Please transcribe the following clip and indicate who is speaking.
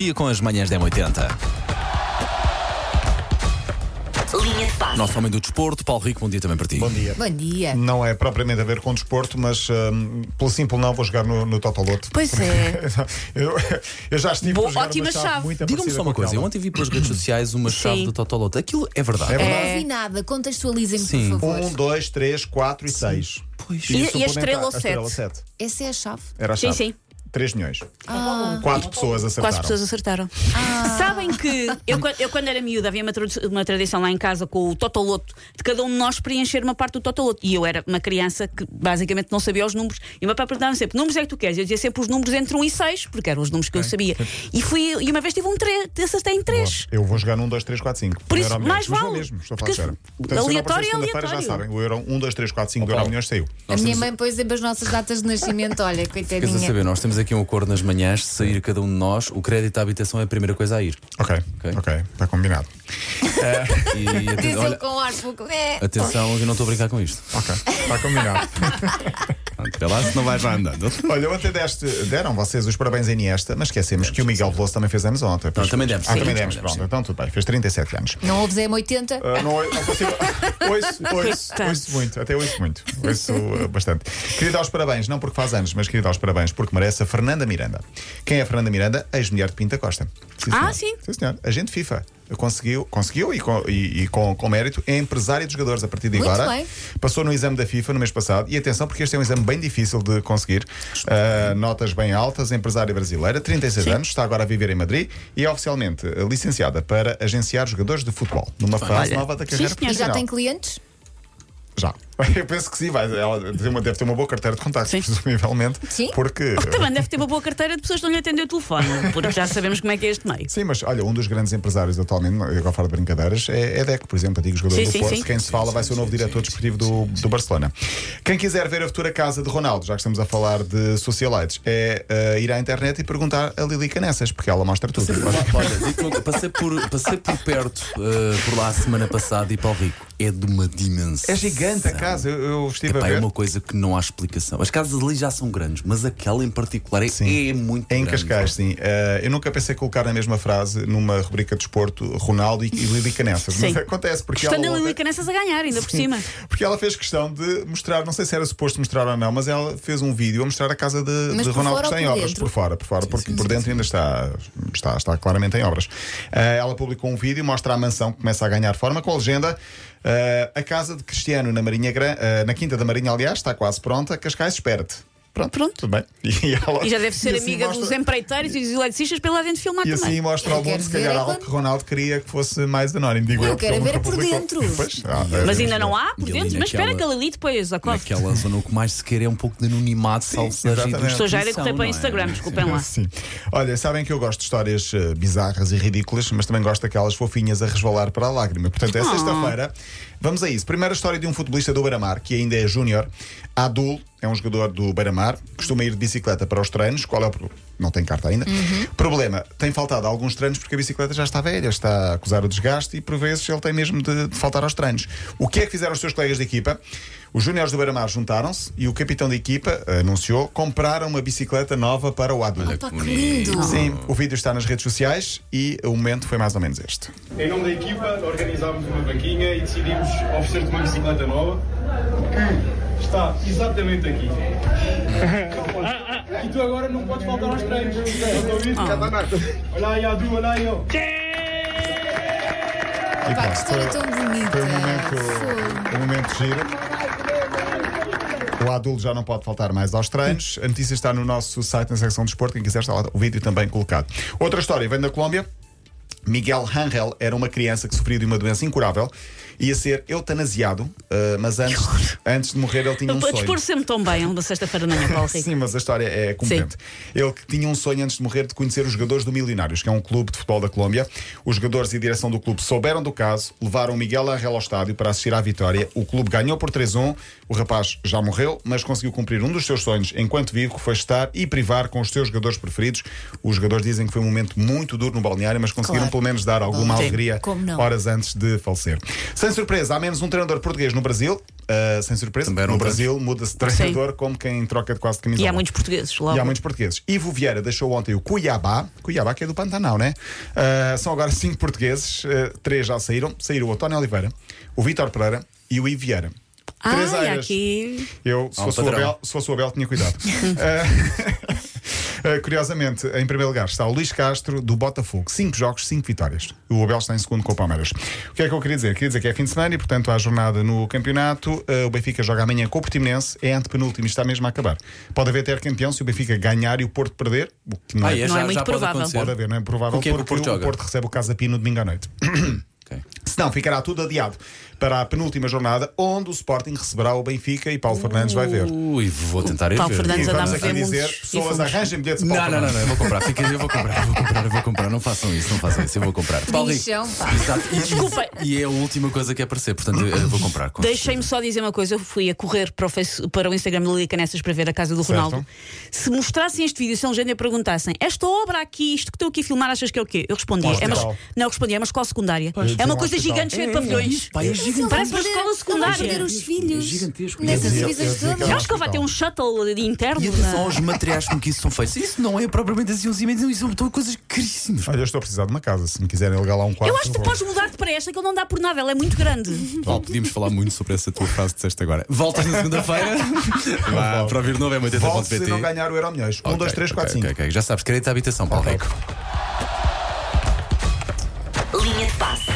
Speaker 1: E com as manhãs da M80.
Speaker 2: Linha de passe.
Speaker 1: Nosso homem do desporto, Paulo Rico, bom dia também para ti.
Speaker 3: Bom dia.
Speaker 2: Bom dia.
Speaker 3: Não é propriamente a ver com desporto, mas hum, pelo simples não vou jogar no, no Totoloto.
Speaker 2: Pois é.
Speaker 3: Eu, eu já estive
Speaker 2: Boa,
Speaker 3: a jogar uma
Speaker 2: ótima chave.
Speaker 3: muito
Speaker 1: Diga-me
Speaker 3: parecida
Speaker 1: só uma
Speaker 3: com
Speaker 1: coisa, eu
Speaker 3: aquela.
Speaker 1: ontem vi pelas redes sociais uma chave
Speaker 2: Sim.
Speaker 1: do Totoloto. Aquilo é verdade.
Speaker 3: É
Speaker 2: Não ouvi nada,
Speaker 1: Sim.
Speaker 2: contextualizem-me, por favor.
Speaker 3: Um, dois, três, quatro e seis.
Speaker 1: Pois.
Speaker 4: E-
Speaker 3: isso
Speaker 4: e
Speaker 3: suplementa-
Speaker 4: a estrela ou
Speaker 3: a estrela
Speaker 4: sete?
Speaker 3: sete.
Speaker 2: Essa é a chave.
Speaker 3: Era a
Speaker 4: Sim,
Speaker 3: chave.
Speaker 4: sim.
Speaker 3: 3 milhões.
Speaker 2: Ah.
Speaker 3: Quatro pessoas acertaram.
Speaker 4: Quase pessoas acertaram. Sabem que eu, quan- eu, quando era miúda, havia uma, tradu- uma tradição lá em casa com o Totoloto, de cada um de nós preencher uma parte do Totoloto. E eu era uma criança que basicamente não sabia os números. E o meu pai perguntava sempre: números é que tu queres? Eu dizia sempre os números entre 1 e 6, porque eram os números que eu sabia. E, fui, e uma vez tive um 3, acertei em 3.
Speaker 3: Eu vou jogar no 1, 2, 3, 4, 5.
Speaker 4: Por isso, mais
Speaker 3: Vou
Speaker 4: vale.
Speaker 3: mesmo, estou a falar
Speaker 4: Porque
Speaker 3: sério. Portanto, se eu não aparecer
Speaker 4: aleatório é
Speaker 3: segunda-feira, já
Speaker 4: aleatório. É
Speaker 3: sabem. O euro 1, 2, 3, 4, 5 do
Speaker 1: Paulo.
Speaker 3: Euro Milhões saiu.
Speaker 2: A minha mãe pôs sempre as nossas datas de nascimento, olha,
Speaker 1: Queres a
Speaker 2: coitadinha.
Speaker 1: saber, nós temos aqui um acordo nas manhãs, se sair cada um de nós, o crédito à habitação é a primeira coisa a ir.
Speaker 3: Ok,
Speaker 1: Ok.
Speaker 3: ok, está combinado.
Speaker 1: E aten-
Speaker 2: Diz ele
Speaker 1: olha,
Speaker 2: com ar pouco. É.
Speaker 1: atenção, eu não estou a brincar com isto.
Speaker 3: Ok, está combinado.
Speaker 1: Até lá, se não vais já andando.
Speaker 3: Olha, ontem deste, deram vocês os parabéns a Iniesta, mas esquecemos que o Miguel Veloso também fez anos ontem. pois.
Speaker 1: também demos,
Speaker 3: Ah,
Speaker 1: sim.
Speaker 3: também demos,
Speaker 1: Sim.
Speaker 3: pronto. Então tudo bem, fez 37 anos.
Speaker 2: Não ouves é a M80?
Speaker 3: Ah, não, não consigo. Ouço, ouço,
Speaker 4: Coitado.
Speaker 3: ouço muito, até ouço muito. Ouço ah, bastante. Queria dar os parabéns, não porque faz anos, mas queria dar os parabéns porque merece a Fernanda Miranda. Quem é a Fernanda Miranda? Ex-mulher de Pinta Costa. Sim,
Speaker 4: Ah,
Speaker 3: senhor.
Speaker 4: sim.
Speaker 3: Sim, senhor. Agente FIFA. Conseguiu, conseguiu e, com, e- e com- com mérito é empresária de jogadores a partir de
Speaker 2: Muito
Speaker 3: agora.
Speaker 2: bem.
Speaker 3: Passou no exame da FIFA no mês passado e atenção, porque este é um exame bem difícil de conseguir. Ah, notas bem altas, empresária brasileira, 36 anos, está agora a viver em Madrid e é oficialmente ah, licenciada para agenciar jogadores de futebol, numa fase nova da carreira
Speaker 4: Sim, senhor.
Speaker 2: E já
Speaker 3: profissional.
Speaker 2: tem clientes?
Speaker 3: Já. Eu penso que sim, vai. Ela tem uma- deve ter uma boa carteira de contactos,
Speaker 4: Sim.
Speaker 3: presumivelmente.
Speaker 2: Sim.
Speaker 3: Porque.
Speaker 4: Também deve ter uma boa carteira de pessoas que não lhe atendem o telefone, porque já sabemos como é que é este meio.
Speaker 3: Sim, mas olha, um dos grandes empresários atualmente, agora fora de brincadeiras, é, é Deco, por exemplo, antigo jogador
Speaker 4: Sim,
Speaker 3: do
Speaker 4: sim,
Speaker 3: Porto.
Speaker 4: sim.
Speaker 3: Quem se fala vai ser o novo diretor desportivo do, do Barcelona. Quem quiser ver a futura casa de Ronaldo, já que estamos a falar de socialites, é eh, ir à internet e perguntar a Lili Canessas, porque ela mostra tudo.
Speaker 1: Olha, digo-te uma coisa, passei por, passei por perto, eh, por lá a semana passada, e Paulo Rico, é de uma dimensão.
Speaker 3: É gigante a casa, eu, eu estive
Speaker 1: Epá,
Speaker 3: a
Speaker 1: é
Speaker 3: ver.
Speaker 1: uma coisa que não há explicação. As casas ali já são grandes, mas aquela em particular é,
Speaker 3: Sim.
Speaker 1: é muito
Speaker 3: Em
Speaker 1: grande.
Speaker 3: Cascais, sim. Eh, eu nunca pensei colocar na mesma frase, numa rubrica de desporto, Ronaldo e, e Lili Canessas. Mas
Speaker 4: Sim.
Speaker 3: acontece porque
Speaker 4: Estando
Speaker 3: ela.
Speaker 4: ali
Speaker 3: ontem-
Speaker 4: Lilica nessas a ganhar, ainda por cima.
Speaker 3: Porque ela fez questão de mostrar, não sei se era suposto mostrar ou não, mas ela fez um vídeo a mostrar a casa de,
Speaker 2: Mas
Speaker 3: de
Speaker 2: por
Speaker 3: Ronaldo
Speaker 2: fora
Speaker 3: que
Speaker 2: ou
Speaker 3: está em
Speaker 2: por
Speaker 3: obras,
Speaker 2: dentro?
Speaker 3: por fora, por fora, porque por dentro ainda está, está, está claramente em obras. Ah, ela publicou um vídeo, mostra a mansão que começa a ganhar forma com a legenda. ah, a casa de Cristiano na Marinha Gran- ah, na Quinta da Marinha, aliás, está quase pronta. Cascais, espera-te. Pronto,
Speaker 4: Pronto.
Speaker 3: tudo bem. E, ela-
Speaker 4: E já deve ser
Speaker 3: e assim
Speaker 4: amiga
Speaker 3: mostra-
Speaker 4: dos empreiteiros e dos eletricistas para ir lá dentro filmar
Speaker 3: e
Speaker 4: também.
Speaker 3: assim mostra
Speaker 2: Eu
Speaker 3: ao mundo,
Speaker 2: quero
Speaker 3: se
Speaker 2: ver
Speaker 3: calhar,
Speaker 2: é
Speaker 3: algo
Speaker 2: quando-
Speaker 3: que Ronaldo queria que fosse mais anónimo. Digo
Speaker 2: Eu
Speaker 3: eu, porque
Speaker 2: quero
Speaker 3: ele
Speaker 2: ver
Speaker 3: nunca
Speaker 2: é por
Speaker 3: publicou.
Speaker 2: dentro.
Speaker 3: Pois, ah, é,
Speaker 4: Mas
Speaker 3: é,
Speaker 4: ainda não há
Speaker 1: E
Speaker 4: por
Speaker 1: ali
Speaker 4: dentro, mas espera que
Speaker 1: naquela-
Speaker 4: ali depois, a costa.
Speaker 1: Naquela zona o que mais se quer é um pouco de anonimato, salvo seja
Speaker 3: exatamente.
Speaker 1: ilustração,
Speaker 4: Estou já a ir a correr
Speaker 1: não
Speaker 4: para o
Speaker 1: é?
Speaker 4: Instagram, desculpem lá.
Speaker 3: Sim. assim. Olha, sabem que eu gosto de histórias eh, bizarras e ridículas, mas também gosto daquelas fofinhas a resvalar para a lágrima. Portanto, é sexta-feira. Vamos a isso. Primeira história de um futebolista do Beira-Mar, que ainda é júnior. Adul é um jogador do Beira-Mar, costuma ir de bicicleta para os treinos. Qual é o problema? Não tem carta ainda. Problema: tem faltado a alguns treinos porque a bicicleta já está velha, está a acusar o desgaste e por vezes ele tem mesmo de, de faltar aos treinos. O que é que fizeram os seus colegas de equipa? Os júniores do Beira-Mar juntaram-se e o capitão da equipa anunciou compraram uma bicicleta nova para o Adul.
Speaker 2: Pá, que lindo!
Speaker 3: Sim, o vídeo está nas redes sociais e o momento foi mais ou menos este.
Speaker 5: Em nome da equipa, organizámos uma banquinha e decidimos oferecer-te uma bicicleta nova que está exatamente aqui. E tu agora não podes faltar aos treinos. Estão a ouvir? Olha aí, Adu, olha aí, ó.
Speaker 3: E
Speaker 2: Pá, que
Speaker 3: pronto,
Speaker 2: história tão bonita!
Speaker 3: foi um momento, um momento giro. O adulto já não pode faltar mais aos treinos. A notícia está no nosso site, na secção de esporte. Quem quiser, está lá o vídeo também colocado. Outra história vem da Colômbia. Miguel Rangel era uma criança que sofria de uma doença incurável, ia ser eutanasiado, ah, mas antes, antes de morrer ele tinha um
Speaker 4: A
Speaker 3: sonho.
Speaker 4: dispor sempre tão bem, é uma sexta-feira de manhã, Paulo Rico.
Speaker 3: Sim, mas a história é comovente. Ele que tinha um sonho antes de morrer de conhecer os jogadores do Milionários, que é um clube de futebol da Colômbia. Os jogadores e a direção do clube souberam do caso, levaram Miguel Angel ao estádio para assistir à vitória. O clube ganhou por 3-1. O rapaz já morreu, mas conseguiu cumprir um dos seus sonhos enquanto vivo, que foi estar e privar com os seus jogadores preferidos. Os jogadores dizem que foi um momento muito duro no balneário, mas conseguiram
Speaker 2: Claro.
Speaker 3: pelo menos dar alguma
Speaker 4: Sim.
Speaker 3: alegria
Speaker 2: Como não?
Speaker 3: horas antes de falecer. Sem surpresa, há menos um treinador português no Brasil. ah, sem surpresa,
Speaker 1: Também era
Speaker 3: no
Speaker 1: um
Speaker 3: Brasil muda-se de treinador como quem troca de quase de camisola.
Speaker 4: E há muitos portugueses
Speaker 3: E
Speaker 4: logo.
Speaker 3: há muitos portugueses. Ivo Vieira deixou ontem o Cuiabá, Cuiabá que é do Pantanal, né? Ah, são agora cinco portugueses, ah, três já saíram. Saíram o António Oliveira, o Vítor Pereira e o Ivo Vieira.
Speaker 4: Ah,
Speaker 3: Três
Speaker 4: e
Speaker 3: áreas.
Speaker 4: aqui.
Speaker 3: Eu, se
Speaker 1: Há um
Speaker 3: fosse, o
Speaker 1: padrão.
Speaker 3: Abel, se fosse o Abel, tinha cuidado. Ah, ah, curiosamente, em primeiro lugar está o Luís Castro do Botafogo. Cinco jogos, cinco vitórias. O Abel está em segundo com o Palmeiras. O que é que eu queria dizer? Queria dizer que é fim de semana e, portanto, há jornada no campeonato. Ah, o Benfica joga amanhã com o Portimonense. É antepenúltimo e está mesmo a acabar. Pode haver ter campeão se o Benfica ganhar e o Porto perder. O que não
Speaker 1: Ah,
Speaker 3: é,
Speaker 1: é,
Speaker 4: Não
Speaker 1: já,
Speaker 4: é muito
Speaker 1: já
Speaker 4: provável.
Speaker 1: Pode acontecer.
Speaker 3: Pode haver, não é provável
Speaker 1: Com quem é que o
Speaker 3: porque
Speaker 1: Porto
Speaker 3: o
Speaker 1: joga?
Speaker 3: Porto recebe o Casa Pino domingo à noite.
Speaker 1: Ok.
Speaker 3: Senão ficará tudo adiado para a penúltima jornada, onde o Sporting receberá o Benfica e Paulo Fernandes vai ver.
Speaker 1: Ui, vou tentar ir
Speaker 4: Paulo
Speaker 1: ver.
Speaker 4: Fernandes
Speaker 3: E
Speaker 4: andava
Speaker 3: vamos
Speaker 4: a
Speaker 3: aqui
Speaker 4: ver
Speaker 3: dizer,
Speaker 4: mundos e
Speaker 3: pessoas
Speaker 4: fomos.
Speaker 3: arranjem bilhetes de
Speaker 1: Não,
Speaker 3: Paulo
Speaker 1: não, não, não,
Speaker 3: Fernandes.
Speaker 1: eu vou comprar. Fica, eu vou comprar, eu vou comprar, eu vou comprar. Não façam isso, não façam isso. Eu vou comprar. Paulo Rico.
Speaker 2: Bichão, pá.
Speaker 1: Exato. E-
Speaker 4: Desculpem.
Speaker 1: E é a última coisa que aparecer, portanto eu eu vou comprar. com
Speaker 4: Deixem-me só dizer uma coisa, eu fui a correr para o, Face- para o Instagram do Lica Nessas para ver a casa do
Speaker 3: Certo.
Speaker 4: Ronaldo. Se mostrassem este vídeo, se a legenda e perguntassem esta obra aqui, isto que estou aqui a filmar, achas que é o quê? Eu respondia, é uma,
Speaker 3: Hospital.
Speaker 4: não, eu respondi, é uma escola secundária.
Speaker 3: Pois,
Speaker 4: é
Speaker 3: é
Speaker 4: uma
Speaker 3: um
Speaker 4: coisa
Speaker 3: hospital.
Speaker 4: gigante cheia de pavilhões.
Speaker 1: Pá, é gigante.
Speaker 4: Parece uma escola
Speaker 2: Não vão perder
Speaker 4: secundária.
Speaker 2: os filhos
Speaker 1: gigantesco.
Speaker 2: nessas
Speaker 1: Eu- eu-
Speaker 2: visas
Speaker 3: eu- eu-
Speaker 4: Eu
Speaker 2: todas.
Speaker 4: acho que ele vai ter um shuttle interno. é?
Speaker 1: E
Speaker 4: na-
Speaker 1: atenção aos materiais com que isso são feitos. Isso não é propriamente assim uns imensos, isso são coisas caríssimas.
Speaker 3: Olha, eu estou a precisar de uma casa, se me quiserem alugar lá um quarto.
Speaker 4: Eu acho que tu
Speaker 3: vou.
Speaker 4: podes mudar-te para esta, que ele não dá por nada, ela é muito grande.
Speaker 1: Paulo, podíamos falar muito sobre essa tua frase que disseste agora. Voltas na segunda-feira Vá, para ouvir de novo é
Speaker 3: Volte se não
Speaker 1: 80.pt.
Speaker 3: ganhar o Euro Milhões. Um, dois, três, quatro, cinco.
Speaker 1: Já sabes, crédito à habitação, Paulo Rico.